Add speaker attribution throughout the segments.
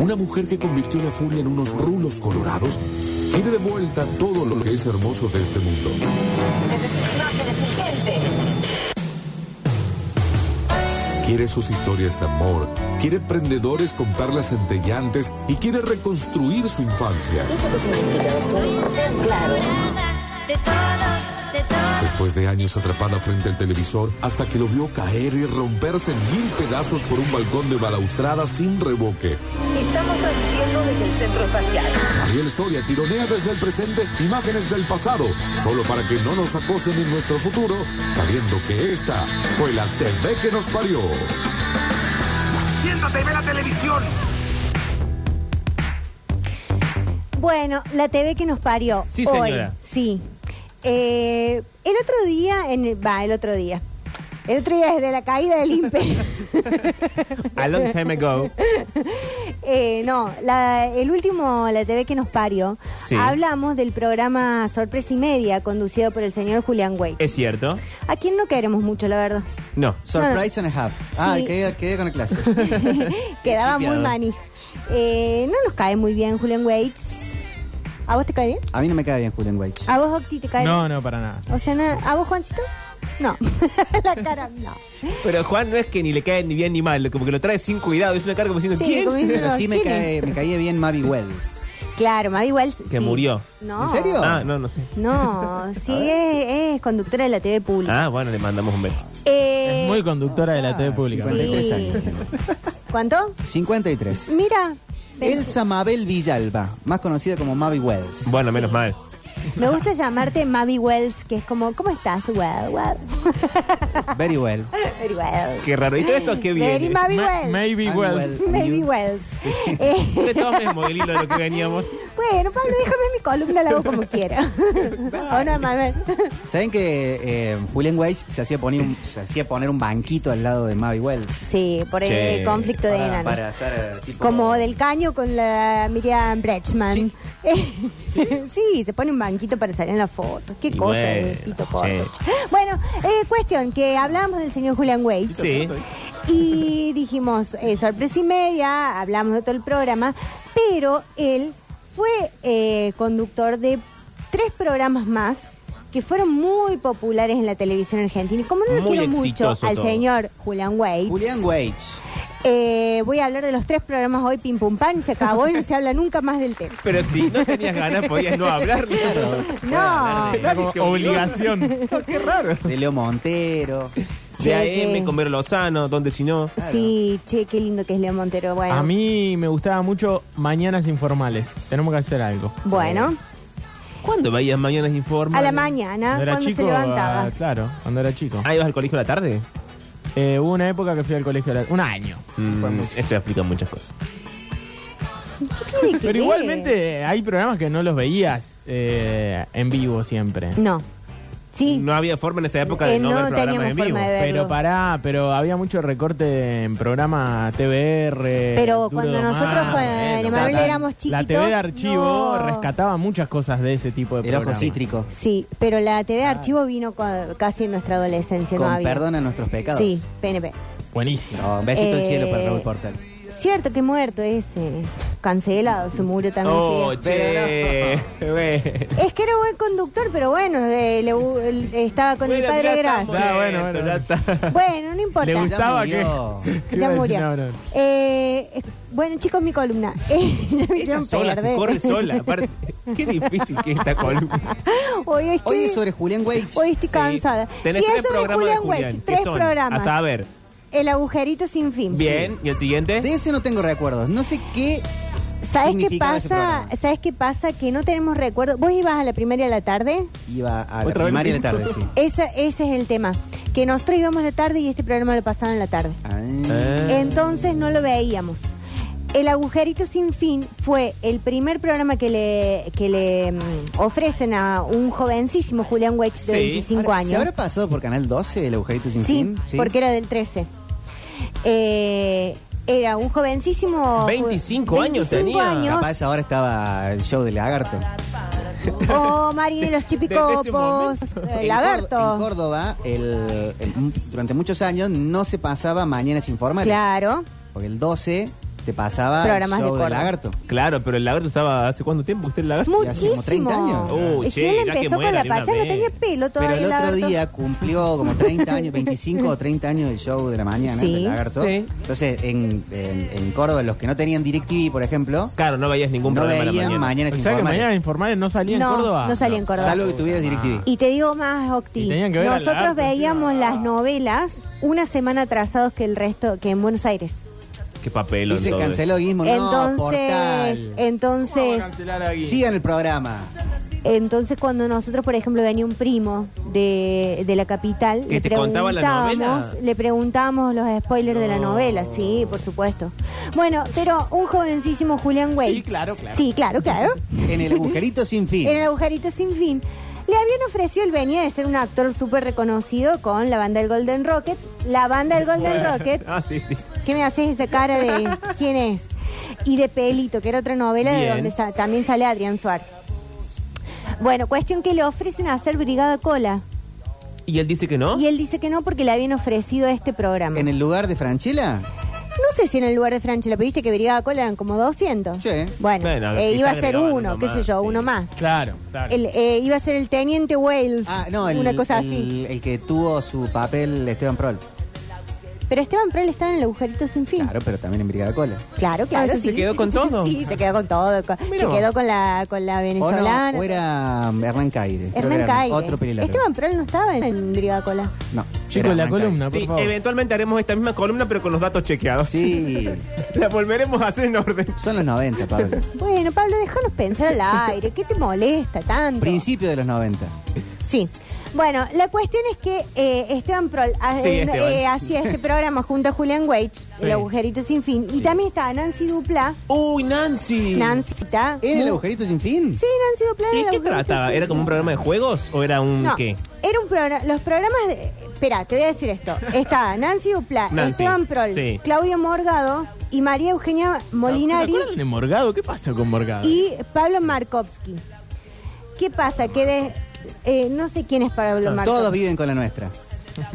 Speaker 1: Una mujer que convirtió la furia en unos rulos colorados quiere de vuelta todo lo que es hermoso de este mundo.
Speaker 2: Necesito imágenes urgentes.
Speaker 1: Quiere sus historias de amor, quiere emprendedores con perlas centellantes y quiere reconstruir su infancia.
Speaker 2: ¿Eso qué significa, doctor? Sean claros.
Speaker 3: de todos, de todos.
Speaker 1: Después de años atrapada frente al televisor, hasta que lo vio caer y romperse en mil pedazos por un balcón de balaustrada sin revoque.
Speaker 4: Estamos transmitiendo desde el centro espacial.
Speaker 1: Ariel Soria tironea desde el presente imágenes del pasado, solo para que no nos acosen en nuestro futuro, sabiendo que esta fue la TV que nos parió.
Speaker 5: Siéntate y ve la televisión.
Speaker 6: Bueno, la TV que nos parió.
Speaker 7: Sí,
Speaker 6: hoy,
Speaker 7: señora.
Speaker 6: sí. Eh, el otro día, en el- va, el otro día. El otro día desde la caída del imperio.
Speaker 7: A long time ago.
Speaker 6: Eh, no, la- el último, la TV que nos parió,
Speaker 7: Sí.
Speaker 6: hablamos del programa Sorpresa y Media, conducido por el señor Julián Way.
Speaker 8: Eh.
Speaker 7: Es cierto.
Speaker 6: A quien no queremos mucho, la verdad.
Speaker 7: No.
Speaker 9: Surprise and a half. Ah,
Speaker 6: Sí.
Speaker 9: quedé, quedé con la clase.
Speaker 6: Quedaba muy
Speaker 9: chipeado.
Speaker 6: manija. Eh, no nos cae muy bien Julián Waits. ¿A vos te cae bien?
Speaker 9: A mí no me cae bien Julian Wage.
Speaker 6: ¿A vos, Octi, te cae
Speaker 8: No, no, para nada.
Speaker 6: bien? O sea, na- ¿a vos, Juancito? No. la cara, no.
Speaker 7: Pero Juan no es que ni le cae ni bien ni mal, como que lo trae sin cuidado. Es una cara como diciendo,
Speaker 6: Sí,
Speaker 7: ¿quién?
Speaker 6: como diciendo-
Speaker 9: Pero sí me,
Speaker 6: ¿quién es?
Speaker 9: cae, me caía bien Mavi Wells.
Speaker 6: Claro, Mavi Wells.
Speaker 7: Que
Speaker 6: sí.
Speaker 7: murió.
Speaker 6: No.
Speaker 9: ¿En serio?
Speaker 7: Ah, no, no sé.
Speaker 6: No, sí, es, es conductora de la TV pública.
Speaker 7: Ah, bueno, le mandamos un beso.
Speaker 6: Eh,
Speaker 8: Es muy conductora de la
Speaker 9: Ah,
Speaker 8: TV pública.
Speaker 9: 53
Speaker 6: Sí.
Speaker 9: años. tengo.
Speaker 6: ¿Cuánto?
Speaker 9: 53.
Speaker 6: Mira. pensé-
Speaker 9: Elsa Mabel Villalba, más conocida como Mavi Wells.
Speaker 7: Bueno, menos mal.
Speaker 6: Me gusta llamarte Mavi Wells, que es como, ¿cómo estás? Well, well.
Speaker 9: Very well.
Speaker 6: Very well.
Speaker 7: Qué raro. ¿Y todo esto qué
Speaker 6: Very
Speaker 7: viene?
Speaker 6: Mavi
Speaker 8: Ma-
Speaker 6: Wells.
Speaker 8: Maybe
Speaker 9: I'm
Speaker 8: well.
Speaker 9: well.
Speaker 6: Mavi
Speaker 9: You-
Speaker 6: Wells. Eh,
Speaker 7: No tomemos el hilo de lo que veníamos.
Speaker 6: bueno, Pablo, déjame mi columna, la hago como quiera. ¿O no, Manuel?
Speaker 9: ¿Saben que eh, Julian Wage se hacía, poner un, se hacía poner un banquito al lado de Mavi Wells?
Speaker 6: Sí, por el
Speaker 7: Sí.
Speaker 6: conflicto de
Speaker 9: Para,
Speaker 6: enanos.
Speaker 9: para estar eh, tipo...
Speaker 6: Eh, Como del caño con la Miriam Bretchman. Sí. se pone un banquito para salir en la foto. Qué
Speaker 7: Y
Speaker 6: cosa,
Speaker 7: bueno,
Speaker 6: eh, Tito
Speaker 7: sí.
Speaker 6: Kovacs. Bueno, eh, cuestión, que hablábamos del señor Julian Waits.
Speaker 7: Sí.
Speaker 6: Y dijimos, eh, sorpresa y media, hablamos de todo el programa, pero él fue eh, conductor de tres programas más que fueron muy populares en la televisión argentina. Y como no lo
Speaker 7: Muy
Speaker 6: quiero mucho
Speaker 7: exitoso
Speaker 6: al
Speaker 7: todo.
Speaker 6: señor Julian Waits,
Speaker 9: Julian Wage.
Speaker 6: eh, voy a hablar de los tres programas hoy, pim pum pam, y se acabó y no se habla nunca más del tema.
Speaker 7: Pero si no tenías ganas, podías no hablarlo.
Speaker 6: No,
Speaker 7: Nadie te obligó.
Speaker 8: Obligación.
Speaker 7: Qué raro.
Speaker 9: De Leo Montero.
Speaker 6: Che,
Speaker 7: De AM,
Speaker 6: que-
Speaker 7: comer lozano, donde si no.
Speaker 6: sí, che, qué lindo que es Leo Montero. Bueno,
Speaker 8: A mí me gustaba mucho Mañanas Informales. Tenemos que hacer algo.
Speaker 6: bueno
Speaker 7: ¿Cuándo veías mañanas informes?
Speaker 6: a la mañana,
Speaker 8: Cuando era
Speaker 6: cuando
Speaker 8: chico,
Speaker 6: se levantaba.
Speaker 8: ah, claro, cuando era chico.
Speaker 7: Ah, ibas al colegio a la tarde.
Speaker 8: Eh, hubo una época que fui al colegio, a la- un año. Fue
Speaker 7: Mm,
Speaker 8: mucho.
Speaker 7: eso explica muchas cosas.
Speaker 6: ¿Qué tiene que
Speaker 8: Pero
Speaker 6: ver?
Speaker 8: igualmente eh, hay programas que no los veías eh, en vivo siempre.
Speaker 6: No. Sí.
Speaker 8: eh,
Speaker 7: No había forma en esa época de
Speaker 6: Eh,
Speaker 7: no,
Speaker 6: no
Speaker 7: ver programas
Speaker 6: teníamos
Speaker 7: en vivo.
Speaker 6: forma de ver. verlo.
Speaker 8: Pero pará, pero había mucho recorte en programa TVR.
Speaker 6: Pero
Speaker 8: Duro
Speaker 6: cuando
Speaker 8: de
Speaker 6: nosotros
Speaker 8: Domar,
Speaker 6: con
Speaker 8: bueno,
Speaker 6: Emanuel
Speaker 8: la-
Speaker 6: éramos
Speaker 8: La TV de
Speaker 6: chiquitos,
Speaker 8: archivo
Speaker 6: no.
Speaker 8: rescataba muchas cosas de ese tipo de
Speaker 9: El ojo
Speaker 8: programas.
Speaker 9: cítrico.
Speaker 6: Sí, pero la TV
Speaker 8: Ah.
Speaker 6: de archivo vino cua- casi en nuestra adolescencia, no
Speaker 9: Con
Speaker 6: había.
Speaker 9: perdón a nuestros pecados.
Speaker 6: Sí, PNP.
Speaker 8: Buenísimo.
Speaker 9: No, un besito al
Speaker 6: Eh,
Speaker 9: cielo para Raúl Portal.
Speaker 6: Cierto que muerto ese, cancelado, se murió también.
Speaker 7: Oh,
Speaker 6: sí.
Speaker 7: che. bueno.
Speaker 6: Es que era buen conductor, pero bueno, eh, le- le- estaba con el
Speaker 7: Bueno,
Speaker 6: padre
Speaker 7: ya
Speaker 6: de
Speaker 7: está
Speaker 6: gracia.
Speaker 8: gracia. Ah, bueno,
Speaker 7: muerto,
Speaker 8: bueno.
Speaker 7: ya está.
Speaker 6: Bueno, no importa.
Speaker 8: Le gustaba que.
Speaker 9: murió.
Speaker 8: ¿Qué
Speaker 6: Ya
Speaker 8: iba a decir
Speaker 6: murió.
Speaker 8: ahora?
Speaker 6: Eh, eh, bueno, chicos, mi columna. Eh, ya me
Speaker 7: Ella
Speaker 6: hicieron
Speaker 7: sola, se
Speaker 6: perder.
Speaker 7: corre sola. Aparte, qué difícil que es esta columna.
Speaker 6: Hoy es
Speaker 9: Hoy
Speaker 6: que-
Speaker 9: es sobre Julian Wage.
Speaker 6: Hoy estoy cansada.
Speaker 7: Sí.
Speaker 6: Si
Speaker 7: Tenés tres
Speaker 6: eso es
Speaker 7: programas de
Speaker 6: Julián
Speaker 7: Julián.
Speaker 6: Welch,
Speaker 7: ¿Qué
Speaker 6: tres
Speaker 7: son?
Speaker 6: programas.
Speaker 7: A saber.
Speaker 6: El agujerito sin fin.
Speaker 7: Bien, ¿y el siguiente?
Speaker 9: De ese no tengo recuerdos. No sé qué.
Speaker 6: ¿Sabes qué
Speaker 9: significaba ese
Speaker 6: pasa?
Speaker 9: programa.
Speaker 6: ¿Sabes qué pasa? Que no tenemos recuerdo. ¿Vos ibas a la primaria a la tarde?
Speaker 9: Iba a la
Speaker 7: Otra vez
Speaker 9: primaria
Speaker 7: lo
Speaker 9: de tarde, sí.
Speaker 6: Esa- ese es el tema. Que nosotros íbamos a la tarde y este programa lo pasaban en la tarde.
Speaker 9: Ah.
Speaker 7: Ah.
Speaker 6: Entonces no lo veíamos. El agujerito sin fin fue el primer programa que le, que le mm, ofrecen a un jovencísimo Julián Wedge
Speaker 7: Sí.
Speaker 6: de 25
Speaker 9: Ahora, ¿Se
Speaker 6: años.
Speaker 9: habrá pasado por Canal 12 el agujerito sin
Speaker 6: Sí,
Speaker 9: fin?
Speaker 6: porque era del 13. Eh, era un jovencísimo.
Speaker 7: 25 años
Speaker 6: 25
Speaker 7: tenía.
Speaker 6: años,
Speaker 9: Capaz ahora estaba el show de Lagarto.
Speaker 6: O Marineros
Speaker 7: Desde ese
Speaker 6: Chipicopos,
Speaker 7: momento.
Speaker 6: eh,
Speaker 9: En Cor- En
Speaker 6: Lagarto.
Speaker 9: Córdoba, el- el- durante muchos años no se pasaba Mañanas Informales.
Speaker 6: Claro.
Speaker 9: Porque el 12 te pasaba el
Speaker 6: Programas de
Speaker 9: show del
Speaker 6: Córdoba.
Speaker 9: lagarto.
Speaker 7: Claro, pero el lagarto estaba hace cuánto tiempo usted el lagarto.
Speaker 9: Y hace como 30
Speaker 6: Muchísimo.
Speaker 9: años.
Speaker 7: Oh,
Speaker 6: Y si
Speaker 7: che,
Speaker 6: él
Speaker 7: ya que
Speaker 6: empezó con
Speaker 7: muera
Speaker 6: la
Speaker 7: de una
Speaker 6: pachanga,
Speaker 7: vez.
Speaker 6: tenía pelo
Speaker 9: Pero
Speaker 6: todavía.
Speaker 9: el otro
Speaker 6: lagarto.
Speaker 9: día cumplió como 30 años, 25 o 30 años del show de la mañana
Speaker 6: Sí,
Speaker 9: del lagarto.
Speaker 7: sí.
Speaker 9: Entonces, en, en, en Córdoba, los que no tenían DirecTV, por ejemplo,
Speaker 7: Claro, no veías ningún
Speaker 9: no
Speaker 7: problema en la
Speaker 9: veían
Speaker 7: mañana.
Speaker 9: mañana
Speaker 8: O
Speaker 9: sin
Speaker 8: sea que mañana informales no salía en Córdoba.
Speaker 6: No salía en Córdoba.
Speaker 9: Salvo que tuvieras DirecTV.
Speaker 6: Y te digo más, Octi.
Speaker 8: Y tenían que ver al
Speaker 6: Nosotros
Speaker 8: arte,
Speaker 6: veíamos
Speaker 8: encima.
Speaker 6: las novelas una semana atrasados que el resto, que en Buenos Aires.
Speaker 7: Qué papel.
Speaker 9: Y se canceló Guismo, no,
Speaker 6: entonces,
Speaker 9: portal.
Speaker 8: ¿Cómo va a
Speaker 6: entonces,
Speaker 8: cancelar a Guille?
Speaker 9: Sigan el programa.
Speaker 6: entonces cuando nosotros, por ejemplo, venía un primo de, de la capital,
Speaker 7: ¿Que te contaba la novela?
Speaker 6: le preguntábamos los spoilers de la novela, sí, por supuesto. Bueno, pero un jovencísimo Julián Wade.
Speaker 8: claro, claro.
Speaker 6: Sí, claro, claro.
Speaker 9: En el agujerito sin fin.
Speaker 6: ¿Eh? En el agujerito sin fin. Le habían ofrecido, él venía de ser un actor súper reconocido con la banda del Golden Rocket. La banda del Golden Rocket,
Speaker 7: Ah, sí, sí.
Speaker 6: ¿qué me haces esa cara de quién es? Y de Pelito, que era otra novela de
Speaker 8: Bien.
Speaker 6: donde sa- también sale Adrián Suárez. Bueno, cuestión que le ofrecen hacer Brigada Cola.
Speaker 7: Y él dice que no.
Speaker 6: Y él dice que no porque le habían ofrecido este programa.
Speaker 9: ¿Ah? ¿En el lugar de Franchella?
Speaker 6: No sé si en el lugar de Franchella, pero viste que Brigada Cola eran como 200.
Speaker 9: Sí.
Speaker 6: Bueno,
Speaker 7: Bueno,
Speaker 6: eh,
Speaker 7: quizá
Speaker 6: iba a ser
Speaker 7: agregaban
Speaker 6: uno,
Speaker 7: uno
Speaker 6: qué
Speaker 7: más,
Speaker 6: sé yo,
Speaker 7: sí.
Speaker 6: uno más.
Speaker 8: Claro, claro.
Speaker 6: El, eh, iba a ser el teniente Wales.
Speaker 9: Ah, no, el,
Speaker 6: una cosa
Speaker 9: el-
Speaker 6: así.
Speaker 9: el que tuvo su papel Esteban Prol.
Speaker 6: Pero Esteban Prel estaba en el agujerito sin fin.
Speaker 9: Claro, Ah, pero también en Brigada Cola.
Speaker 6: Claro, claro.
Speaker 7: ese se
Speaker 6: sí.
Speaker 7: quedó con todo.
Speaker 6: sí, se quedó con todo. con- se
Speaker 7: vos.
Speaker 6: quedó con la, con la
Speaker 9: Ah, O, no,
Speaker 6: venezolana.
Speaker 9: o era um, Hernán Caire. Creo que
Speaker 6: Hernán
Speaker 9: era
Speaker 6: Caire.
Speaker 9: Otro pelilaro.
Speaker 6: Esteban Prel no estaba en Brigada Cola.
Speaker 9: No.
Speaker 8: Chicos,
Speaker 9: era
Speaker 8: la
Speaker 9: Hernán
Speaker 8: columna, por
Speaker 7: Sí,
Speaker 8: favor.
Speaker 7: eventualmente haremos esta misma columna, pero con los datos chequeados.
Speaker 9: Caire. Sí.
Speaker 7: La volveremos a hacer en orden.
Speaker 9: Son los 90, Pablo.
Speaker 6: Bueno, Pablo, déjanos pensar al aire. ¿Qué te molesta tanto?
Speaker 9: Principio de los 90.
Speaker 6: Sí. Bueno, la cuestión es que eh, Esteban Prol ha-
Speaker 7: Sí,
Speaker 6: eh,
Speaker 7: Esteban.
Speaker 6: eh, hacía este programa junto a Julian Wage,
Speaker 8: Sí.
Speaker 6: El Agujerito Sin Fin. Y también estaba Nancy Dupla,
Speaker 7: Uy, Nancy.
Speaker 6: Nancita.
Speaker 9: ¿En el
Speaker 6: Muy-
Speaker 9: agujerito sin fin?
Speaker 6: Sí, Nancy Dupla.
Speaker 7: ¿Y de
Speaker 6: era
Speaker 7: qué
Speaker 6: El Agujerito
Speaker 7: trataba?
Speaker 6: Sin
Speaker 7: ¿Era como un
Speaker 6: Fin.
Speaker 7: programa de juegos o era un
Speaker 6: No,
Speaker 7: qué?
Speaker 6: Era un programa. Los programas. De, espera, te voy a decir esto. Estaba Nancy Dupla,
Speaker 7: Nancy,
Speaker 6: Esteban Prol,
Speaker 7: sí.
Speaker 6: Claudio Morgado y María Eugenia Molinari
Speaker 8: ¿Se acuerdan de Morgado? ¿Qué pasó con Morgado?
Speaker 6: y Pablo Markovsky. ¿Qué pasa? Que de- eh, no sé quién es Pablo Markovsky.
Speaker 9: Todos viven con la nuestra.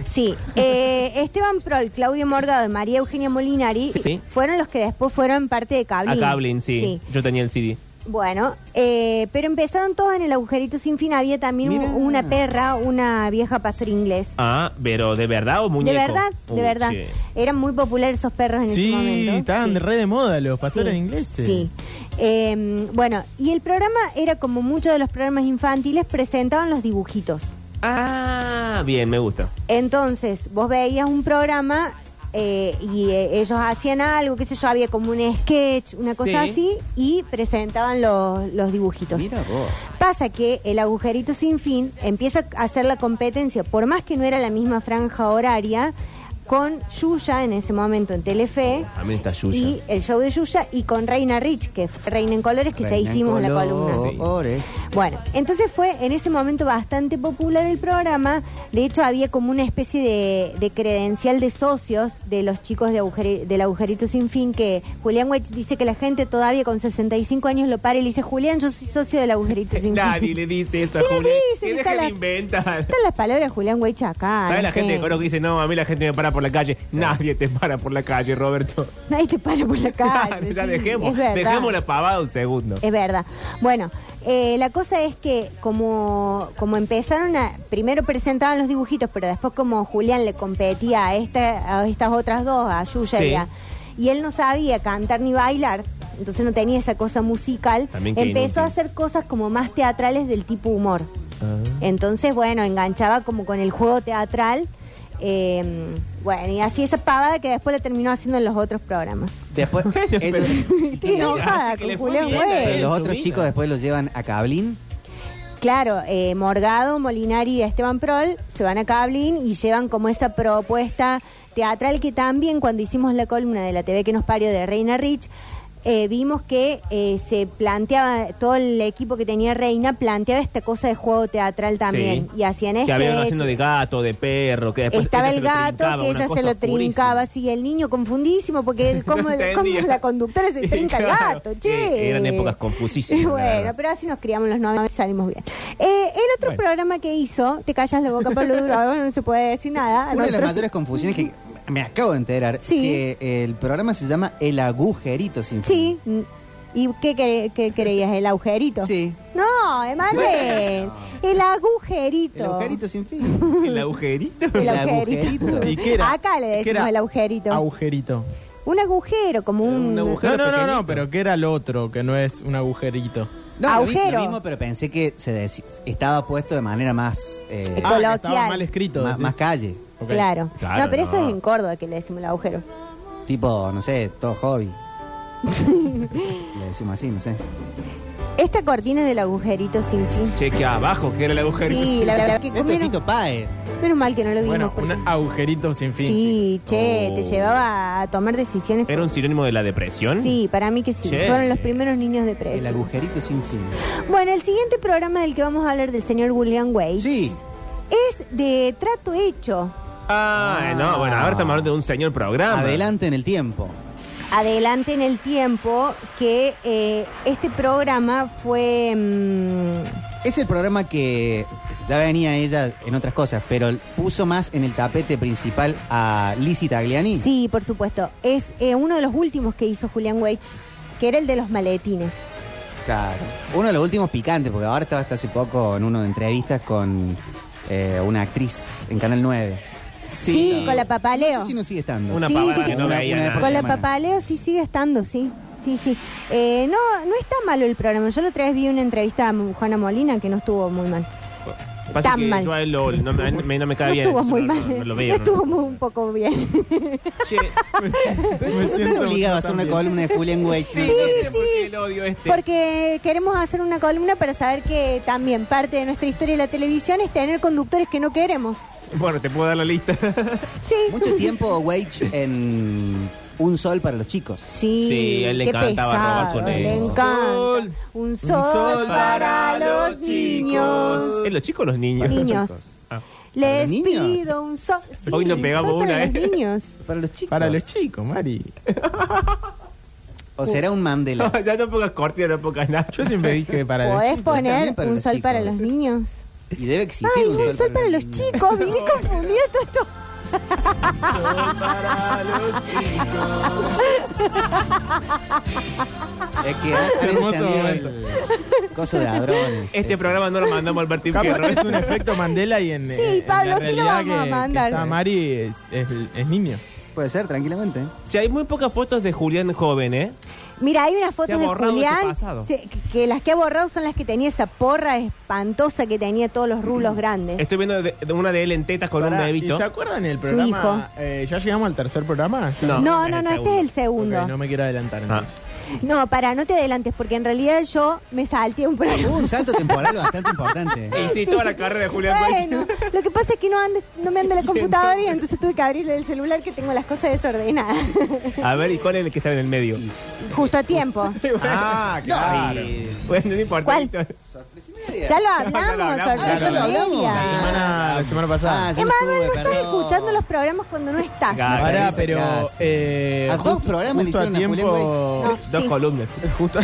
Speaker 6: Sí, eh, Esteban Prol, Claudio Morgado y María Eugenia Molinari
Speaker 7: Sí, sí.
Speaker 6: fueron los que después fueron parte de Cablin.
Speaker 7: A Cablin, Ah, sí. Yo tenía el CD.
Speaker 6: Bueno, eh, pero empezaron todos en el agujerito sin fin. Había también un-
Speaker 9: Mirá.
Speaker 6: una perra, una vieja pastor inglés.
Speaker 7: Ah, pero ¿de verdad o muñeco?
Speaker 6: De verdad,
Speaker 7: Uh,
Speaker 6: de verdad.
Speaker 7: che.
Speaker 6: Eran muy populares esos perros en ese
Speaker 8: Sí,
Speaker 6: momento.
Speaker 8: estaban
Speaker 6: Sí.
Speaker 8: re de moda los pastores
Speaker 6: Sí,
Speaker 8: ingleses.
Speaker 6: Sí. Eh, bueno, y el programa era como muchos de los programas infantiles, presentaban los dibujitos.
Speaker 7: Ah, bien, me gusta.
Speaker 6: Entonces, vos veías un programa eh, y eh, ellos hacían algo, qué sé yo, había como un sketch, una cosa
Speaker 7: Sí.
Speaker 6: así, y presentaban los, los dibujitos.
Speaker 9: Mira vos.
Speaker 6: Pasa que el agujerito sin fin empieza a hacer la competencia, por más que no era la misma franja horaria, con Yuya en ese momento en Telefe.
Speaker 7: También está Yuya.
Speaker 6: Y el show de Yuya y con Reina Rich, que fue Reina en Colores, que ya
Speaker 9: Reina en
Speaker 6: hicimos la columna.
Speaker 9: colores.
Speaker 6: Bueno, entonces fue en ese momento bastante popular el programa. De hecho, había como una especie de, de credencial de socios de los chicos de agujeri- del Agujerito Sin Fin, que Julián Wedge dice que la gente todavía con 65 años lo para y le dice, Julián, yo soy socio del Agujerito Sin Fin.
Speaker 7: Nadie le dice eso a
Speaker 6: Sí le
Speaker 7: Julián.
Speaker 6: dicen,
Speaker 7: que
Speaker 6: está
Speaker 7: deje
Speaker 6: la-
Speaker 7: de inventar.
Speaker 6: Están las palabras de Julián Wedge acá.
Speaker 7: ¿Sabes
Speaker 6: no
Speaker 7: la
Speaker 6: sé.
Speaker 7: gente de Coro que dice, no, a mí la gente me para por la calle? Nadie te para por la calle, Roberto.
Speaker 6: Nadie te para por la calle.
Speaker 7: ya
Speaker 6: sí,
Speaker 7: dejemos,
Speaker 6: es verdad.
Speaker 7: dejemos la pavada un segundo.
Speaker 6: Es verdad. Bueno, eh, la cosa es que como, como empezaron a... Primero presentaban los dibujitos, pero después como Julián le competía a, esta, a estas otras dos, a Yuya
Speaker 7: Sí.
Speaker 6: y a- Y él no sabía cantar ni bailar, entonces no tenía esa cosa musical.
Speaker 7: También qué
Speaker 6: Empezó
Speaker 7: inútil. Ah.
Speaker 6: a hacer cosas como más teatrales del tipo humor. Entonces, bueno, enganchaba como con el juego teatral. eh, bueno, y así esa pavada que después la terminó haciendo en los otros programas.
Speaker 9: Después, ellos-
Speaker 6: Estoy enojada
Speaker 7: así que
Speaker 6: pues. con
Speaker 7: le fue
Speaker 6: Julián
Speaker 7: bien a
Speaker 6: Güell.
Speaker 7: él.
Speaker 9: pero los
Speaker 7: su
Speaker 9: otros
Speaker 7: vida.
Speaker 9: chicos después los llevan a Cablín.
Speaker 6: Claro, eh, Morgado, Molinari y Esteban Prol se van a Cablin y llevan como esa propuesta teatral que también cuando hicimos la columna de la TV que nos parió de Reina Rich, eh, vimos que eh, se planteaba, todo el equipo que tenía Reina planteaba esta cosa de juego teatral también.
Speaker 7: Sí.
Speaker 6: Y hacían
Speaker 7: Que
Speaker 6: este
Speaker 7: habían uno haciendo de gato, de perro, que después
Speaker 6: Estaba
Speaker 7: ella
Speaker 6: el
Speaker 7: se lo
Speaker 6: gato,
Speaker 7: trincaba, una
Speaker 6: que ella se
Speaker 7: cosa
Speaker 6: lo
Speaker 7: purísima.
Speaker 6: trincaba así, y el niño confundísimo, porque él- cómo,
Speaker 7: No entendía.
Speaker 6: cómo la conductora se
Speaker 7: Y
Speaker 6: trinca al
Speaker 7: claro,
Speaker 6: gato, che.
Speaker 7: eran épocas confusísimas, la
Speaker 6: Bueno,
Speaker 7: verdad.
Speaker 6: pero así nos criamos los 90 y salimos bien. Eh, el otro
Speaker 7: Bueno.
Speaker 6: programa que hizo, te callas la boca, Pablo Duro, no se puede decir nada.
Speaker 9: Una de las
Speaker 6: Nosotros-
Speaker 9: mayores confusiones que me acabo de enterar
Speaker 6: Sí.
Speaker 9: que el programa se llama El Agujerito Sin Fin.
Speaker 6: Sí. mm. ¿Y qué, cre- qué creías? ¿El agujerito?
Speaker 9: Sí.
Speaker 6: No, Emanuel. El agujerito.
Speaker 9: El Agujerito Sin Fin.
Speaker 7: ¿El agujerito?
Speaker 6: El
Speaker 9: El
Speaker 6: agujerito.
Speaker 9: agujerito.
Speaker 8: ¿Y qué era?
Speaker 6: Acá le
Speaker 8: ¿Qué
Speaker 6: decimos
Speaker 8: era?
Speaker 6: el agujerito.
Speaker 8: Agujerito.
Speaker 6: un agujero, como
Speaker 7: Era
Speaker 6: un...
Speaker 7: un agujero.
Speaker 8: No, no, no,
Speaker 7: pequeñito.
Speaker 8: no, pero ¿qué era lo otro que no es un agujerito?
Speaker 9: No, lo vi- Lo,
Speaker 6: Agujero.
Speaker 9: mismo, pero pensé que se deci- estaba puesto de manera más... eh,
Speaker 8: Ah, que estaba
Speaker 6: Coloquial.
Speaker 8: mal escrito.
Speaker 9: más,
Speaker 8: decís.
Speaker 9: más calle.
Speaker 8: Ok.
Speaker 6: Claro.
Speaker 7: Claro,
Speaker 6: No, pero eso
Speaker 7: no.
Speaker 6: es en Córdoba que le decimos el agujero.
Speaker 9: Tipo, no sé, todo hobby. Le decimos así, no sé.
Speaker 6: Esta cortina es del agujerito sin fin.
Speaker 7: Che, que abajo, que era el agujerito.
Speaker 6: Sí, la verdad que
Speaker 9: Este es
Speaker 6: comieron...
Speaker 9: Fito Páez.
Speaker 6: Menos mal que no lo vimos.
Speaker 8: Bueno, un
Speaker 6: porque-
Speaker 8: agujerito sin fin.
Speaker 6: Sí, che,
Speaker 7: Oh.
Speaker 6: te llevaba a tomar decisiones.
Speaker 7: ¿Era un sinónimo de la depresión?
Speaker 6: Sí, para mí que sí.
Speaker 7: Che.
Speaker 6: Fueron los primeros niños de
Speaker 9: El
Speaker 6: preso.
Speaker 9: agujerito sin fin.
Speaker 6: Bueno, el siguiente programa del que vamos a hablar del señor William Wade
Speaker 9: Sí.
Speaker 6: es de trato hecho.
Speaker 7: Ah, no, bueno, ahora estamos hablando de un señor programa.
Speaker 9: Adelante en el tiempo.
Speaker 6: Adelante en el tiempo que eh, este programa fue... mm,
Speaker 9: Es el programa que ya venía ella en otras cosas, pero puso más en el tapete principal a Lizzie Tagliani.
Speaker 6: sí, por supuesto. Es eh, uno de los últimos que hizo Julian Wage, que era el de los maletines.
Speaker 9: Claro. Uno de los últimos picantes, porque ahora estaba hasta hace poco en una de entrevistas con eh, una actriz en Canal 9.
Speaker 6: Sí, con la papaleo.
Speaker 9: No sé si no sigue estando.
Speaker 7: Una
Speaker 6: Sí,
Speaker 7: pavada
Speaker 6: sí,
Speaker 7: que
Speaker 6: sí.
Speaker 7: no
Speaker 9: Una-
Speaker 7: veía
Speaker 9: una
Speaker 7: nada.
Speaker 9: por
Speaker 6: Con la
Speaker 9: semana.
Speaker 6: papaleo sí sigue estando, sí. Sí, sí. Eh, no, no está malo el programa. Yo la otra vez vi una entrevista a Juana Molina que no estuvo muy mal.
Speaker 7: Pasa
Speaker 6: Tan
Speaker 7: que
Speaker 6: mal.
Speaker 7: yo a él lo- no, me, me- no me cae
Speaker 6: no
Speaker 7: bien.
Speaker 6: estuvo
Speaker 7: eso
Speaker 6: muy
Speaker 7: no-
Speaker 6: mal.
Speaker 7: No, no lo
Speaker 6: No
Speaker 7: veo.
Speaker 6: estuvo muy, un poco bien.
Speaker 7: Che,
Speaker 9: Pero no están
Speaker 8: siento
Speaker 9: obligados a hacer una
Speaker 8: también.
Speaker 9: columna de Julian Wage.
Speaker 7: sí,
Speaker 9: ¿no?
Speaker 7: no sé por qué el odio este.
Speaker 6: Porque queremos hacer una columna para saber que también parte de nuestra historia de la televisión es tener conductores que no queremos.
Speaker 7: Bueno, te puedo dar la lista.
Speaker 6: Sí.
Speaker 9: Mucho tiempo Wage en Un Sol para los chicos.
Speaker 6: Sí,
Speaker 7: Sí, a él le
Speaker 6: qué
Speaker 7: encantaba
Speaker 6: pesado,
Speaker 7: robar con
Speaker 6: le
Speaker 7: eso.
Speaker 6: encanta.
Speaker 8: Sol,
Speaker 6: un sol, para los niños.
Speaker 7: ¿Es los chicos o los niños?
Speaker 6: Niños.
Speaker 7: Ah.
Speaker 6: Les
Speaker 9: los niños?
Speaker 6: pido un sol. Sí,
Speaker 7: Hoy nos
Speaker 6: un
Speaker 7: pegamos
Speaker 6: sol para
Speaker 7: una,
Speaker 6: los
Speaker 7: ¿eh?
Speaker 6: niños.
Speaker 9: Para los chicos.
Speaker 8: Para los chicos, Mari.
Speaker 9: o será un Mandela.
Speaker 7: ya no pongas cortina, no pongas nada.
Speaker 8: Yo siempre dije para los
Speaker 6: ¿Podés
Speaker 8: chicos.
Speaker 6: poner
Speaker 9: también para
Speaker 6: un
Speaker 9: los
Speaker 6: sol
Speaker 9: chicos.
Speaker 6: para los niños?
Speaker 9: Y debe existir
Speaker 6: Ay,
Speaker 9: un, sol,
Speaker 6: para los
Speaker 9: niños.
Speaker 6: chicos. Viví confundida todo esto.
Speaker 9: Es que han
Speaker 8: Hermoso
Speaker 9: encendido
Speaker 8: momento.
Speaker 9: el coso de ladrones.
Speaker 7: Este
Speaker 9: Eso.
Speaker 7: programa no lo mandamos al Martín
Speaker 8: Capaz
Speaker 7: Fierro.
Speaker 8: que es un efecto Mandela y en,
Speaker 6: Sí,
Speaker 8: en
Speaker 6: Pablo,
Speaker 8: la
Speaker 6: sí lo
Speaker 8: realidad
Speaker 6: vamos a
Speaker 8: que- que
Speaker 6: mandar.
Speaker 8: está Mari es, es- es niño.
Speaker 9: Puede ser, tranquilamente.
Speaker 7: Che, hay muy pocas fotos de Julián joven, ¿eh?
Speaker 6: Mira, hay unas
Speaker 7: ha
Speaker 6: fotos de
Speaker 7: borrado ese
Speaker 6: Julián
Speaker 7: pasado.
Speaker 6: se- que- que las que ha borrado son las que tenía esa porra espantosa que tenía todos los rulos grandes.
Speaker 7: Estoy viendo de- de una de él en tetas con un
Speaker 8: Pará, ¿Y
Speaker 7: bebito.
Speaker 8: se acuerdan el
Speaker 6: hijo.
Speaker 8: programa? eh, ¿Ya llegamos al tercer programa? Ya.
Speaker 7: No,
Speaker 6: No,
Speaker 7: es
Speaker 6: no,
Speaker 7: el
Speaker 6: no, este es el segundo.
Speaker 8: Ok, no me quiero adelantar.
Speaker 7: Ah.
Speaker 8: entonces.
Speaker 6: No, para, no te adelantes, porque en realidad yo me salté un
Speaker 9: Hubo
Speaker 6: programa.
Speaker 9: un salto temporal bastante importante.
Speaker 7: Y sí, toda la carrera de Julián White.
Speaker 6: Bueno, lo que pasa es que no, anda- no me anda la computadora y entonces tuve que abrirle el celular que tengo las cosas desordenadas.
Speaker 7: A ver, ¿y cuál es el que está en el medio?
Speaker 6: Justo a tiempo.
Speaker 8: Ah, claro.
Speaker 7: Bueno, no importa.
Speaker 6: ¿Cuál?
Speaker 7: Víctor.
Speaker 6: Ya lo
Speaker 7: Ya lo
Speaker 6: hablamos,
Speaker 7: hablamos,
Speaker 6: sorpresa
Speaker 9: ya lo hablamos.
Speaker 6: media.
Speaker 8: La semana, la semana pasada.
Speaker 9: Ah, yo
Speaker 6: Emanuel, no
Speaker 9: estuve,
Speaker 6: estás
Speaker 9: perdón.
Speaker 6: escuchando los programas cuando no estás.
Speaker 7: Claro.
Speaker 8: Pará,
Speaker 9: Parece
Speaker 8: pero.
Speaker 9: casi.
Speaker 8: eh,
Speaker 9: A
Speaker 8: justo-
Speaker 9: dos programas le
Speaker 8: justo
Speaker 9: hicieron a Julián
Speaker 8: tiempo.
Speaker 6: Wade.
Speaker 7: Dos
Speaker 6: Sí.
Speaker 7: columnas.
Speaker 8: Justo.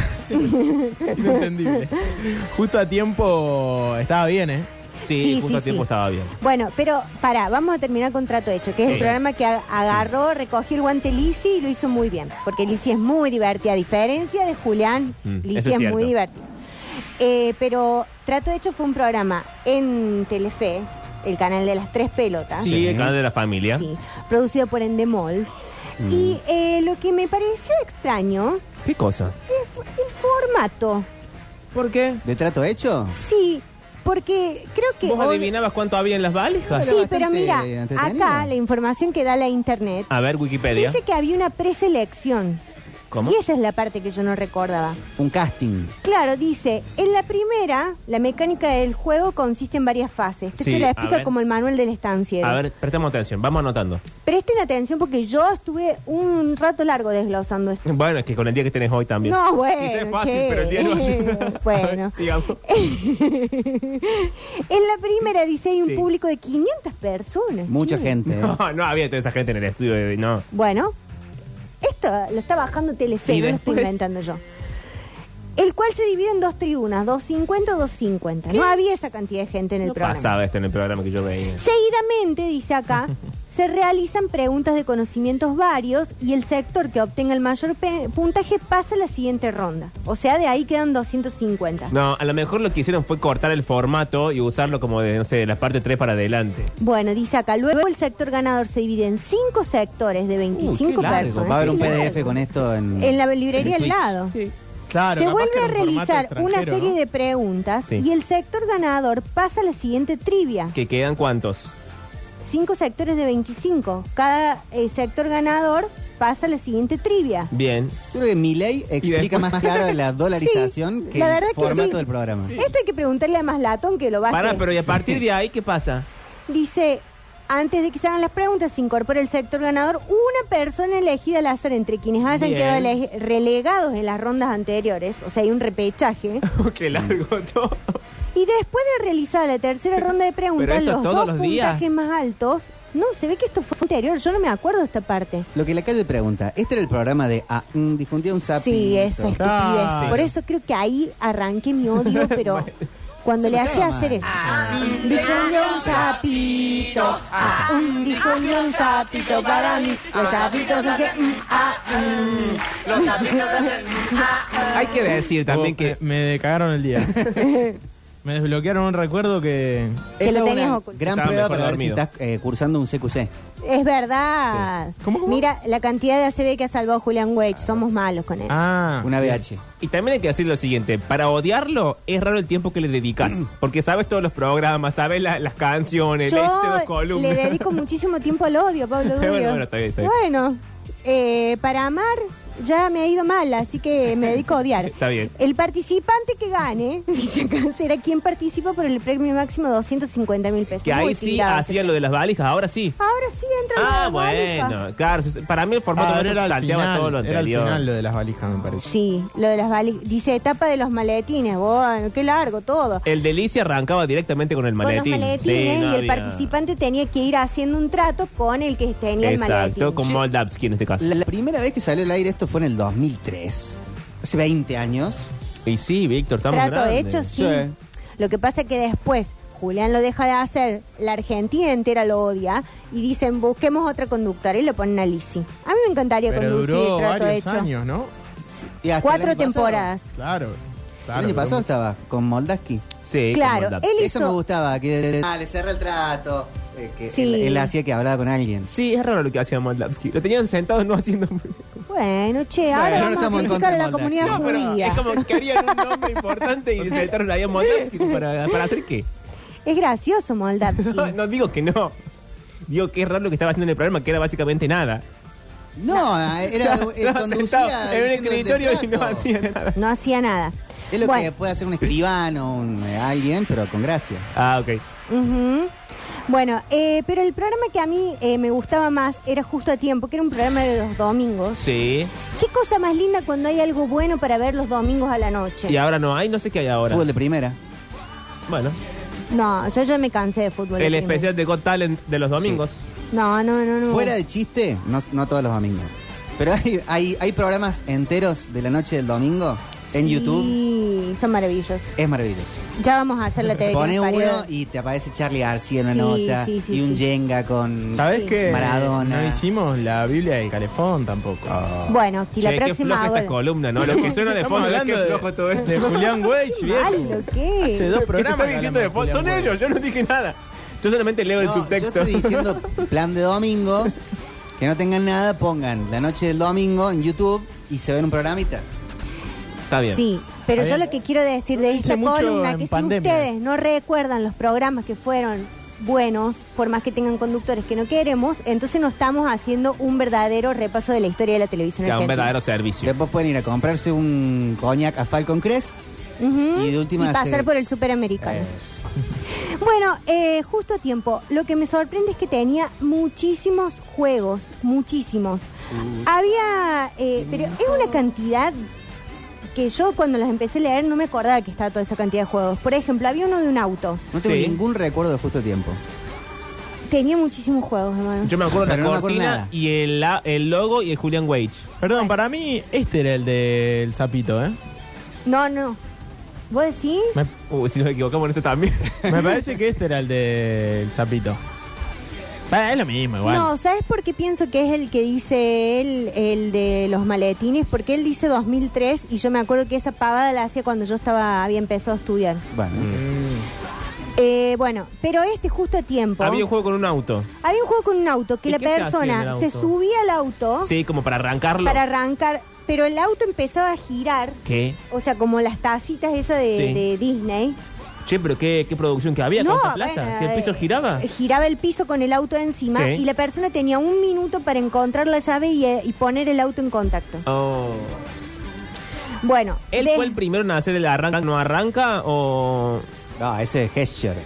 Speaker 8: Inentendible. Justo a tiempo estaba bien, ¿eh?
Speaker 7: Sí,
Speaker 6: Sí,
Speaker 7: justo
Speaker 6: sí,
Speaker 7: a tiempo
Speaker 6: sí.
Speaker 7: estaba bien.
Speaker 6: Bueno, pero pará, vamos a terminar con Trato Hecho, que es el
Speaker 7: Sí.
Speaker 6: programa que a- agarró, recogió el guante Lisi y lo hizo muy bien. Porque Lisi es muy divertida, a diferencia de Julián,
Speaker 7: Mm,
Speaker 6: Lisi
Speaker 7: eso
Speaker 6: es,
Speaker 7: es cierto.
Speaker 6: muy divertida. Eh, pero Trato Hecho fue un programa en Telefe, el canal de las tres pelotas.
Speaker 7: Sí, el canal de la familia.
Speaker 6: Ah. Sí, producido por Endemol. Y eh, lo que me pareció extraño
Speaker 7: ¿Qué cosa?
Speaker 6: es el formato.
Speaker 7: ¿Por qué?
Speaker 9: ¿De trato hecho?
Speaker 6: Sí, porque creo que...
Speaker 7: ¿Vos
Speaker 6: hoy-
Speaker 7: adivinabas cuánto había en las valijas?
Speaker 9: Era
Speaker 6: Sí, pero
Speaker 9: bastante
Speaker 6: mira,
Speaker 9: entretenido.
Speaker 6: acá la información que da la internet
Speaker 7: A ver, Wikipedia.
Speaker 6: dice que había una preselección.
Speaker 7: ¿Cómo?
Speaker 6: Y esa es la parte que yo no recordaba.
Speaker 9: Un casting.
Speaker 6: Claro, dice, en la primera, la mecánica del juego consiste en varias fases. Esto
Speaker 7: Sí,
Speaker 6: te la
Speaker 7: a
Speaker 6: explica
Speaker 7: ver.
Speaker 6: como el manual del estanciero.
Speaker 7: A ver, prestemos atención, vamos anotando.
Speaker 6: Presten atención porque yo estuve un rato largo desglosando esto.
Speaker 7: Bueno, es que con el día que tenés hoy también.
Speaker 6: No, bueno.
Speaker 7: Quizás es fácil,
Speaker 6: Eh, che. eh,
Speaker 7: pero el día de hoy.
Speaker 6: bueno.
Speaker 7: Sigamos.
Speaker 6: en la primera dice hay un
Speaker 7: Sí.
Speaker 6: público de 500 personas.
Speaker 9: Mucha
Speaker 6: che.
Speaker 9: gente. ¿eh?
Speaker 7: No, no había toda esa gente en el estudio, eh, no.
Speaker 6: Bueno, esto lo está bajando Telefe,
Speaker 7: Y
Speaker 6: no lo estoy
Speaker 7: después-
Speaker 6: inventando yo. el cual se divide en dos tribunas, 250 y 250. No había esa cantidad de gente en el programa.
Speaker 7: Pasaba esto en el programa que yo veía.
Speaker 6: Seguidamente, dice acá, se realizan preguntas de conocimientos varios y el sector que obtenga el mayor pe- puntaje pasa a la siguiente ronda. O sea, de ahí quedan 250.
Speaker 7: No, a lo mejor lo que hicieron fue cortar el formato y usarlo como de, no sé, de la parte 3 para adelante.
Speaker 6: Bueno, dice acá, luego el sector ganador se divide en cinco sectores de 25
Speaker 7: qué largo.
Speaker 6: personas.
Speaker 9: Va a haber un
Speaker 6: Qué largo.
Speaker 9: PDF con esto en,
Speaker 6: En la
Speaker 9: en
Speaker 6: librería al
Speaker 9: Twitch.
Speaker 6: lado.
Speaker 8: Claro,
Speaker 6: se
Speaker 8: Ah, capaz que
Speaker 6: vuelve
Speaker 8: era
Speaker 6: a
Speaker 8: un formato
Speaker 6: realizar una
Speaker 8: extranjero,
Speaker 6: serie
Speaker 8: ¿no?
Speaker 6: de preguntas
Speaker 7: Sí.
Speaker 6: y el sector ganador pasa a la siguiente trivia.
Speaker 7: ¿Que quedan cuántos?
Speaker 6: Cinco sectores de 25. Cada eh, sector ganador pasa a la siguiente trivia.
Speaker 7: Bien.
Speaker 9: Yo creo que mi ley explica más claro la dolarización
Speaker 6: Sí,
Speaker 9: que
Speaker 6: la verdad
Speaker 9: el
Speaker 6: que
Speaker 9: formato
Speaker 6: sí.
Speaker 9: del programa.
Speaker 6: Esto hay que preguntarle a Maslatón que lo va
Speaker 7: Pará,
Speaker 6: a
Speaker 7: pero ¿y a partir de ahí qué pasa?
Speaker 6: Dice, antes de que se hagan las preguntas, se incorpora el sector ganador una persona elegida al azar entre quienes hayan
Speaker 7: Bien.
Speaker 6: quedado ele- relegados en las rondas anteriores. O sea, hay un repechaje.
Speaker 7: qué largo todo.
Speaker 6: Y después de realizar la tercera ronda de preguntas,
Speaker 7: esto
Speaker 6: los
Speaker 7: todos
Speaker 6: dos
Speaker 7: los días.
Speaker 6: puntajes más altos. No, se ve que esto fue anterior, yo no me acuerdo esta parte.
Speaker 9: Lo que la calle pregunta, ¿este era el programa de ah, mm, dijo un día un sapito?
Speaker 6: Sí, esa estupidez.
Speaker 7: Ah.
Speaker 8: Claro.
Speaker 6: Por eso creo que ahí arranqué mi odio, pero cuando le hacía
Speaker 9: mal.
Speaker 6: hacer eso.
Speaker 7: Ah.
Speaker 6: Dijo yo un sapito, ah, mm, dijo yo un sapito para mí. Los sapitos hacen mm, ah, mm.
Speaker 7: Hay que decir también
Speaker 8: Oh,
Speaker 7: que.
Speaker 8: Me, me cagaron el día. me desbloquearon un recuerdo que...
Speaker 6: Que
Speaker 9: Esa
Speaker 6: lo
Speaker 9: es
Speaker 6: tenías
Speaker 9: una
Speaker 6: oculto.
Speaker 9: gran
Speaker 7: Estaba
Speaker 9: prueba
Speaker 7: mejor
Speaker 9: para ver si
Speaker 7: dormido.
Speaker 9: estás eh, cursando un CQC.
Speaker 6: Es verdad.
Speaker 8: ¿Cómo, cómo?
Speaker 6: Mira la cantidad de ACB que ha salvado Julián Wage. Somos malos con él.
Speaker 8: Ah,
Speaker 9: Una BH.
Speaker 7: Y también hay que decir lo siguiente: para odiarlo es raro el tiempo que le dedicas. Porque sabes todos los programas, sabes la- las canciones, lees este, dos
Speaker 6: Yo
Speaker 7: columnas.
Speaker 6: le dedico muchísimo tiempo al odio, Pablo Durio.
Speaker 7: Bueno, bueno, está bien, está bien.
Speaker 6: Bueno, eh, para amar ya me ha ido mal, así que me dedico a odiar.
Speaker 7: Está bien.
Speaker 6: El participante que gane, dice acá, será quien participa por el premio máximo de 250 mil pesos.
Speaker 7: Que
Speaker 6: Muy
Speaker 7: ahí sí
Speaker 6: tildado,
Speaker 7: hacían lo de las valijas, ahora sí.
Speaker 6: Ahora sí entra la
Speaker 7: Ah,
Speaker 6: valija.
Speaker 7: bueno, claro. se- Para mí el formato
Speaker 8: ah,
Speaker 7: nuestro
Speaker 8: era al
Speaker 7: salteaba
Speaker 8: final,
Speaker 7: todo lo
Speaker 8: era al
Speaker 7: anterior.
Speaker 8: final lo de las valijas, me parece.
Speaker 6: Sí, lo de las valijas. Dice etapa de los maletines. Bueno, qué largo todo.
Speaker 7: El delicia arrancaba directamente con el
Speaker 6: Con los
Speaker 7: Eh, maletín.
Speaker 6: maletines
Speaker 7: Sí, no
Speaker 6: y el
Speaker 7: había-
Speaker 6: participante tenía que ir haciendo un trato con el que tenía el maletín.
Speaker 7: Exacto, con Moldavsky en este caso.
Speaker 9: La, la primera vez que salió al aire esto fue en el 2003. Hace 20 años.
Speaker 7: Y sí, Víctor, estamos
Speaker 6: Trato
Speaker 7: grandes.
Speaker 6: hecho, sí.
Speaker 9: Sí.
Speaker 6: Lo que pasa es que después Julián lo deja de hacer, la Argentina entera lo odia y dicen busquemos otra conductora y lo ponen a Lisi. A mí me encantaría
Speaker 8: Pero
Speaker 6: conducir
Speaker 8: duró
Speaker 6: trato
Speaker 8: varios
Speaker 6: hecho.
Speaker 8: años, ¿no?
Speaker 9: Y hasta el
Speaker 6: Cuatro
Speaker 9: año pasado-
Speaker 6: temporadas.
Speaker 8: Claro. claro
Speaker 9: el año
Speaker 8: duró
Speaker 9: pasado
Speaker 8: mucho.
Speaker 9: estaba con Moldaski.
Speaker 7: Sí, con
Speaker 6: Claro,
Speaker 7: Moldavsky.
Speaker 6: él
Speaker 9: Eso me
Speaker 6: hizo.
Speaker 9: gustaba, que de- de- ah, le cerré el trato. eh, que
Speaker 6: Sí.
Speaker 9: él, él hacía que hablaba con alguien.
Speaker 7: Sí, es raro lo que hacía Moldavsky. Lo tenían sentado no haciendo.
Speaker 6: Bueno, che, ahora
Speaker 9: ahora
Speaker 6: vamos
Speaker 9: estamos
Speaker 6: a
Speaker 9: en
Speaker 6: criticar a la
Speaker 9: contra de
Speaker 6: comunidad
Speaker 9: Moldaski.
Speaker 6: judía.
Speaker 7: es como que harían un nombre importante y sentaron ahí a Moldavsky. ¿Para, para hacer qué?
Speaker 6: Es gracioso Moldavsky.
Speaker 7: No, no digo que no. Digo que es raro lo que estaba haciendo en el programa, que era básicamente nada.
Speaker 9: No, era eh,
Speaker 7: Estaba sentado
Speaker 9: conducía
Speaker 7: en un
Speaker 9: diciendo el
Speaker 7: escritorio y no
Speaker 9: trato.
Speaker 7: hacía nada.
Speaker 6: No hacía nada.
Speaker 9: Es lo que
Speaker 6: Bueno.
Speaker 9: puede hacer un escribano, un, eh, alguien, pero con gracia.
Speaker 7: Ah, ok.
Speaker 6: Ujú. Bueno, eh, pero el programa que a mí eh, me gustaba más era Justo a Tiempo, que era un programa de los domingos.
Speaker 7: Sí.
Speaker 6: Qué cosa más linda cuando hay algo bueno para ver los domingos a la noche.
Speaker 7: Y ahora no hay, no sé qué hay ahora.
Speaker 9: Fútbol de primera.
Speaker 7: Bueno,
Speaker 6: No, yo ya me cansé de
Speaker 7: el
Speaker 6: fútbol. de primera.
Speaker 7: especial de Got Talent de los domingos.
Speaker 6: No, no, no, no.
Speaker 9: Fuera de chiste, no, no todos los domingos. Pero hay, hay, hay programas enteros de la noche del domingo en
Speaker 6: Sí,
Speaker 9: YouTube.
Speaker 6: son maravillosos.
Speaker 9: Es maravilloso.
Speaker 6: Ya vamos a hacer la TV. Eh, que
Speaker 9: Pone
Speaker 6: nos
Speaker 9: uno
Speaker 6: parió.
Speaker 9: y te aparece Charlie García en una
Speaker 6: Sí,
Speaker 9: nota.
Speaker 6: sí, sí,
Speaker 9: y un
Speaker 6: sí.
Speaker 9: Jenga con.
Speaker 8: ¿Sabes
Speaker 6: Sí.
Speaker 8: qué?
Speaker 9: Maradona.
Speaker 8: No hicimos la Biblia del Calefón tampoco.
Speaker 6: Bueno, y la
Speaker 7: Che, qué
Speaker 6: próxima
Speaker 7: floja
Speaker 6: hago.
Speaker 7: esta columna, ¿no? Lo que suena de
Speaker 8: Estamos
Speaker 7: fondo es
Speaker 8: hablando
Speaker 7: que
Speaker 8: de,
Speaker 7: flojo todo esto.
Speaker 8: de Julián Weich,
Speaker 6: Qué
Speaker 8: viejo.
Speaker 6: malo,
Speaker 8: Hace
Speaker 6: ¿qué?
Speaker 8: dos
Speaker 7: ¿Qué te
Speaker 8: programas.
Speaker 7: están
Speaker 8: que
Speaker 7: diciendo de
Speaker 8: hablamos
Speaker 7: fondo? Son
Speaker 8: Julián
Speaker 7: ellos, yo no dije nada. Yo solamente leo el
Speaker 9: No,
Speaker 7: subtexto.
Speaker 9: Yo estoy diciendo plan de domingo. Que no tengan nada, pongan la noche del domingo en YouTube y se ven un programita.
Speaker 7: Está bien.
Speaker 6: Sí, pero
Speaker 8: Está
Speaker 6: yo
Speaker 8: bien.
Speaker 6: lo que quiero decir
Speaker 8: Yo
Speaker 6: de
Speaker 8: hice
Speaker 6: esta
Speaker 8: mucho
Speaker 6: columna,
Speaker 8: en
Speaker 6: que si
Speaker 8: pandemia.
Speaker 6: ustedes no recuerdan los programas que fueron buenos, por más que tengan conductores que no queremos, entonces no estamos haciendo un verdadero repaso de la historia de la televisión
Speaker 7: Ya, un
Speaker 6: argentina.
Speaker 7: verdadero servicio.
Speaker 9: Después pueden ir a comprarse un coñac a Falcon Crest.
Speaker 6: Ujú,
Speaker 9: Y de última
Speaker 6: pasar
Speaker 9: hacer-
Speaker 6: por el superamericano.
Speaker 7: Eh,
Speaker 9: Eso.
Speaker 6: Bueno, eh, justo a tiempo. Lo que me sorprende es que tenía muchísimos juegos, muchísimos. Había, eh, pero es una cantidad que yo cuando los empecé a leer no me acordaba que estaba toda esa cantidad de juegos. Por ejemplo, había uno de un auto.
Speaker 9: No tengo
Speaker 7: Sí.
Speaker 9: ningún recuerdo de justo tiempo.
Speaker 6: Tenía muchísimos juegos, hermano.
Speaker 7: Yo me acuerdo la
Speaker 9: Pero no me acuerdo
Speaker 7: cortina
Speaker 9: nada.
Speaker 7: y el, la- el logo y el Julian Wage.
Speaker 8: Weich. Perdón, para mí este era el del sapito, ¿eh?
Speaker 6: No, no. ¿Vos decís?
Speaker 7: Me- Uy, si nos equivocamos en esto también.
Speaker 8: Me parece que este era el del sapito. Para, es lo mismo, igual.
Speaker 6: No, ¿sabes por qué pienso que es el que dice él, el de los maletines? Porque él dice 2003 y yo me acuerdo que esa pavada la hacía cuando yo estaba había empezado a estudiar.
Speaker 7: Mm.
Speaker 9: Bueno,
Speaker 6: Eh, bueno, pero este justo a tiempo.
Speaker 7: Había un juego con un auto.
Speaker 6: Había un juego con un auto que
Speaker 7: ¿Y
Speaker 6: la
Speaker 7: qué se hacía en
Speaker 6: persona
Speaker 7: el
Speaker 6: se
Speaker 7: auto?
Speaker 6: subía al auto
Speaker 7: Sí, como para arrancarlo.
Speaker 6: Ah. para arrancar, pero el auto empezaba a girar,
Speaker 7: ¿Qué?
Speaker 6: o sea, como las tacitas esas de,
Speaker 7: Sí.
Speaker 6: de Disney.
Speaker 7: Che, pero qué, qué producción que había, cuánta plata.
Speaker 6: bueno,
Speaker 7: si el piso
Speaker 6: eh,
Speaker 7: giraba.
Speaker 6: Giraba el piso con el auto encima
Speaker 7: Sí.
Speaker 6: y la persona tenía un minuto para encontrar la llave y, eh, y poner el auto en contacto.
Speaker 7: Oh.
Speaker 6: Bueno,
Speaker 7: ¿Él
Speaker 6: de-
Speaker 7: fue el primero en hacer el arranca, no arranca o
Speaker 9: no, ese es Hescher.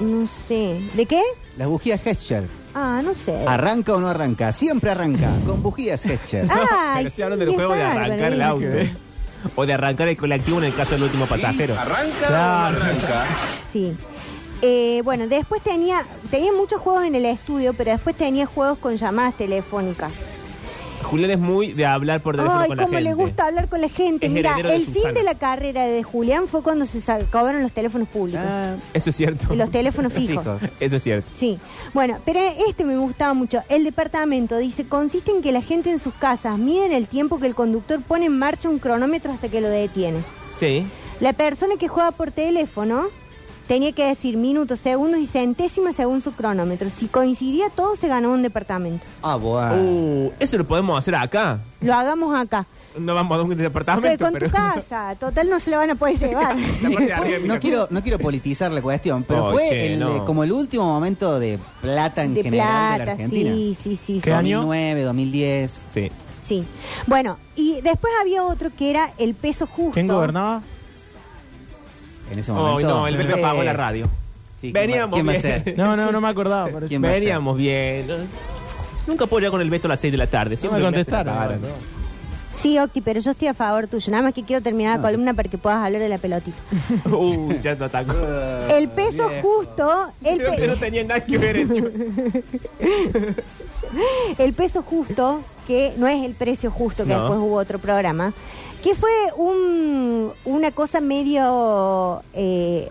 Speaker 6: no sé. ¿De qué?
Speaker 9: Las bujías Hescher.
Speaker 6: Ah, no
Speaker 7: Oh.
Speaker 6: sé.
Speaker 9: ¿Arranca o no arranca? Siempre arranca. Con bujías Hescher.
Speaker 6: Ah,
Speaker 7: Pero estoy hablando del juego de arrancar el auto. ¿eh? O de arrancar el colectivo en el caso del último pasajero.
Speaker 8: Claro.
Speaker 6: Sí. Eh, bueno, después tenía tenía muchos juegos en el estudio, pero después tenía juegos con llamadas telefónicas.
Speaker 7: Julián es muy de hablar por teléfono
Speaker 6: Ay,
Speaker 7: con la
Speaker 6: cómo
Speaker 7: gente.
Speaker 6: le gusta hablar con la gente.
Speaker 7: Es
Speaker 6: Mira,
Speaker 7: heredero de
Speaker 6: el fin
Speaker 7: Susana.
Speaker 6: de la carrera de Julián fue cuando se sa- acabaron los teléfonos públicos.
Speaker 9: Ah,
Speaker 7: Eso es cierto.
Speaker 6: Y los teléfonos fijos.
Speaker 9: fijo.
Speaker 7: Eso es cierto.
Speaker 6: Sí, bueno, pero este me gustaba mucho. El departamento dice, consiste en que la gente en sus casas miden el tiempo que el conductor pone en marcha un cronómetro hasta que lo detiene.
Speaker 7: Sí.
Speaker 6: La persona que juega por teléfono tenía que decir minutos, segundos y centésimas según su cronómetro. Si coincidía todo, se ganó un departamento.
Speaker 9: Ah, bueno.
Speaker 7: Uh, eso lo podemos hacer acá.
Speaker 6: Lo hagamos acá.
Speaker 7: No vamos a un
Speaker 6: Pero
Speaker 7: departamento,
Speaker 6: con
Speaker 7: pero...
Speaker 6: tu casa, total no se la van a poder llevar.
Speaker 7: La parte de arriba de mi
Speaker 9: No
Speaker 7: casa.
Speaker 9: quiero, no quiero politizar la cuestión, pero
Speaker 7: Oh,
Speaker 9: fue
Speaker 7: che,
Speaker 9: el,
Speaker 7: no.
Speaker 9: eh, como el último momento de plata en
Speaker 6: De
Speaker 9: general de la
Speaker 6: plata,
Speaker 9: Argentina.
Speaker 6: sí, sí, sí.
Speaker 8: ¿Qué
Speaker 6: sí.
Speaker 8: año?
Speaker 9: 2009, 2010.
Speaker 7: Sí.
Speaker 6: Sí. Bueno, y después había otro que era el peso justo.
Speaker 8: ¿Quién gobernaba?
Speaker 9: En ese
Speaker 7: Oh,
Speaker 9: momento.
Speaker 7: no, el bebé
Speaker 9: Eh,
Speaker 7: apagó la radio.
Speaker 9: sí, ¿quién va-
Speaker 7: Veníamos
Speaker 9: ¿Quién va a
Speaker 7: bien.
Speaker 9: ser?
Speaker 8: No, no, no me acordaba. por eso.
Speaker 9: ¿Quién va a ser?
Speaker 7: Veníamos bien. Nunca puedo llegar con el Beto a las 6 de la tarde.
Speaker 8: No
Speaker 7: Siempre
Speaker 8: me
Speaker 7: hacen
Speaker 8: contestaron.
Speaker 7: parar.
Speaker 8: no, no.
Speaker 6: Sí, Octi, pero yo estoy a favor tuyo. Nada más que quiero terminar la columna para que puedas hablar de la pelotita.
Speaker 7: Uh, ya te atacó.
Speaker 6: El peso
Speaker 9: viejo.
Speaker 6: justo, el,
Speaker 7: Creo que
Speaker 6: pe-
Speaker 7: no tenía nada que ver. encima.
Speaker 6: el peso justo, que no es el precio justo, que
Speaker 7: No.
Speaker 6: después hubo otro programa, que fue un, una cosa medio eh,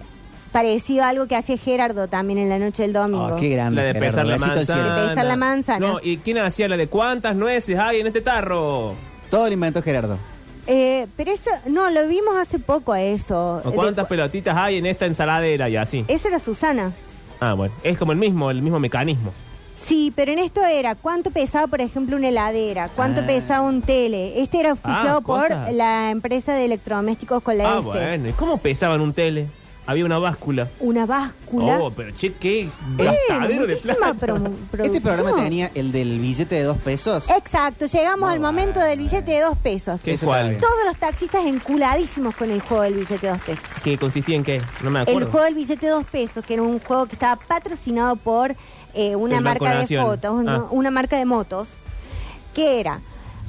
Speaker 6: parecida a algo que hace Gerardo también en la noche del domingo.
Speaker 7: Ah,
Speaker 9: Oh, qué grande.
Speaker 7: La de
Speaker 9: Gerardo,
Speaker 7: pesar la
Speaker 9: besito al cielo.
Speaker 7: manzana.
Speaker 6: De pesar la manzana.
Speaker 7: No, ¿y quién hacía la de cuántas nueces hay en este tarro?
Speaker 9: Todo lo inventó Gerardo.
Speaker 6: Eh, pero eso, no, lo vimos hace poco a eso.
Speaker 7: ¿O cuántas pelotitas hay en esta ensaladera y así?
Speaker 6: Esa era Susana.
Speaker 7: Ah, bueno. Es como el mismo, el mismo mecanismo.
Speaker 6: Sí, pero en esto era cuánto pesaba, por ejemplo, una heladera, cuánto
Speaker 9: Ah.
Speaker 6: pesaba un tele. Este era auspiciado
Speaker 7: Ah,
Speaker 6: por
Speaker 7: cosas.
Speaker 6: la empresa de electrodomésticos con la
Speaker 7: Ah,
Speaker 6: F.
Speaker 7: bueno. ¿Y cómo pesaban un tele? Había una báscula.
Speaker 6: Una báscula.
Speaker 7: Oh, pero che, qué
Speaker 6: Eh,
Speaker 7: gastadero de
Speaker 6: muchísima
Speaker 7: plata.
Speaker 6: promo-
Speaker 9: Este
Speaker 6: producción.
Speaker 9: programa tenía el del billete de dos pesos.
Speaker 6: Eh, Exacto, llegamos al momento del billete de dos pesos.
Speaker 7: ¿Qué
Speaker 9: Eso
Speaker 7: cuál?
Speaker 9: está bien.
Speaker 6: Todos los taxistas enculadísimos con el juego del billete de dos pesos.
Speaker 7: ¿Que consistía en qué? No me
Speaker 6: El
Speaker 7: acuerdo.
Speaker 6: juego del billete de dos pesos, que era un juego que estaba patrocinado por eh, una
Speaker 7: El Banco
Speaker 6: marca de
Speaker 7: Nación.
Speaker 6: fotos, una,
Speaker 7: Ah.
Speaker 6: una marca de motos, que era,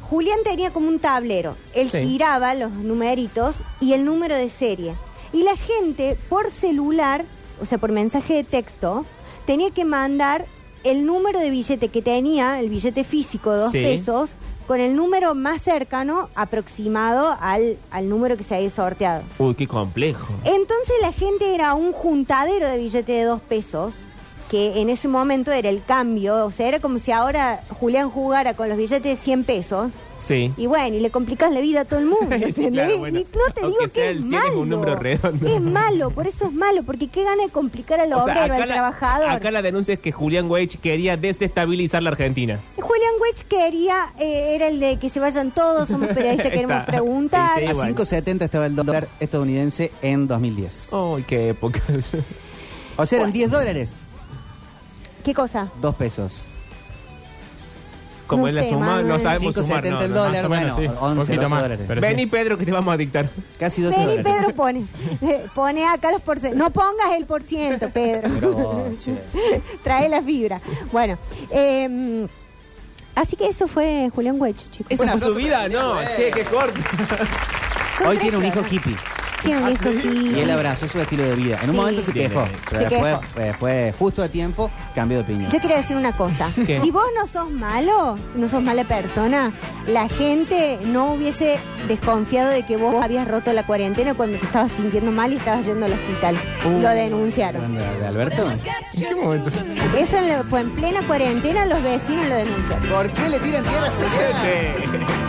Speaker 6: Julián tenía como un tablero, él
Speaker 7: Sí.
Speaker 6: giraba los numeritos y el número de serie. Y la gente por celular, o sea, por mensaje de texto, tenía que mandar el número de billete que tenía, el billete físico de dos
Speaker 7: Sí.
Speaker 6: pesos, con el número más cercano aproximado al, al número que se había sorteado.
Speaker 7: Uy, qué complejo.
Speaker 6: Entonces la gente era un juntadero de billetes de dos pesos, que en ese momento era el cambio, o sea, era como si ahora Julián jugara con los billetes de 100 pesos,
Speaker 7: Sí.
Speaker 6: y bueno, y le complicas la vida a todo el mundo,
Speaker 7: Sí,
Speaker 6: ¿entendés?
Speaker 7: claro, bueno.
Speaker 6: Y no te digo
Speaker 7: Aunque sea
Speaker 6: que es
Speaker 7: el 100
Speaker 6: malo.
Speaker 7: es un número redondo.
Speaker 6: Es malo, por eso es malo, porque qué gana de complicar al
Speaker 7: O sea,
Speaker 6: obrero, al
Speaker 7: la,
Speaker 6: trabajador.
Speaker 7: acá la denuncia es que Julián Weich quería desestabilizar la Argentina.
Speaker 6: Julián Wedge quería, eh, era el de que se vayan todos, somos periodistas, queremos
Speaker 7: Está.
Speaker 6: preguntar.
Speaker 7: Sí,
Speaker 9: A
Speaker 7: sí. bueno.
Speaker 9: 5.70 estaba el dólar estadounidense en 2010.
Speaker 7: Ay, qué época.
Speaker 9: O sea, eran 10 dólares,
Speaker 6: ¿Qué cosa?
Speaker 9: dos pesos.
Speaker 7: Como
Speaker 6: No
Speaker 7: es la
Speaker 6: sé,
Speaker 7: suma,
Speaker 6: Manuel.
Speaker 7: no sabemos sumar.
Speaker 9: 5.70
Speaker 7: Ah, No,
Speaker 9: el
Speaker 7: no,
Speaker 9: dólar, bueno,
Speaker 8: menos, sí.
Speaker 9: 11,
Speaker 8: Poquito
Speaker 9: 12
Speaker 8: más,
Speaker 9: dólares.
Speaker 7: no.
Speaker 8: pero-
Speaker 7: Vení, Pedro, que te vamos a dictar.
Speaker 9: Casi 12
Speaker 6: Vení,
Speaker 9: dólares.
Speaker 6: Pedro pone, pone acá los porcentajes. No pongas el por ciento, Pedro.
Speaker 9: Pero, oh, che.
Speaker 6: Trae la fibra. Bueno, eh, así que eso fue Julián Huecho, chicos.
Speaker 7: Esa
Speaker 9: aplauso
Speaker 7: fue su vida,
Speaker 9: para Julián
Speaker 7: no.
Speaker 9: Weich.
Speaker 7: Che, qué corto.
Speaker 6: Son
Speaker 9: Hoy
Speaker 6: tres
Speaker 9: tiene un hijo
Speaker 6: programas.
Speaker 9: hippie.
Speaker 6: tiene un hijo
Speaker 9: Y él
Speaker 6: aquí.
Speaker 9: abrazó su estilo de vida. En un
Speaker 6: Sí.
Speaker 9: momento se
Speaker 7: Bien,
Speaker 9: quejó,
Speaker 7: bien, bien.
Speaker 9: pero
Speaker 6: Se
Speaker 9: después,
Speaker 6: quejó.
Speaker 9: eh, después, justo a tiempo, cambió de opinión.
Speaker 6: Yo quiero decir una cosa.
Speaker 7: ¿Qué?
Speaker 6: Si vos no sos malo, no sos mala persona, la gente no hubiese desconfiado de que vos habías roto la cuarentena cuando te estabas sintiendo mal y estabas yendo al hospital.
Speaker 9: Uh,
Speaker 6: Lo denunciaron.
Speaker 9: ¿De de Alberto?
Speaker 7: ¿En qué momento?
Speaker 6: Eso en la- fue en plena cuarentena, los vecinos lo denunciaron.
Speaker 9: ¿Por qué le tiran tierra a Julián?
Speaker 7: Sí.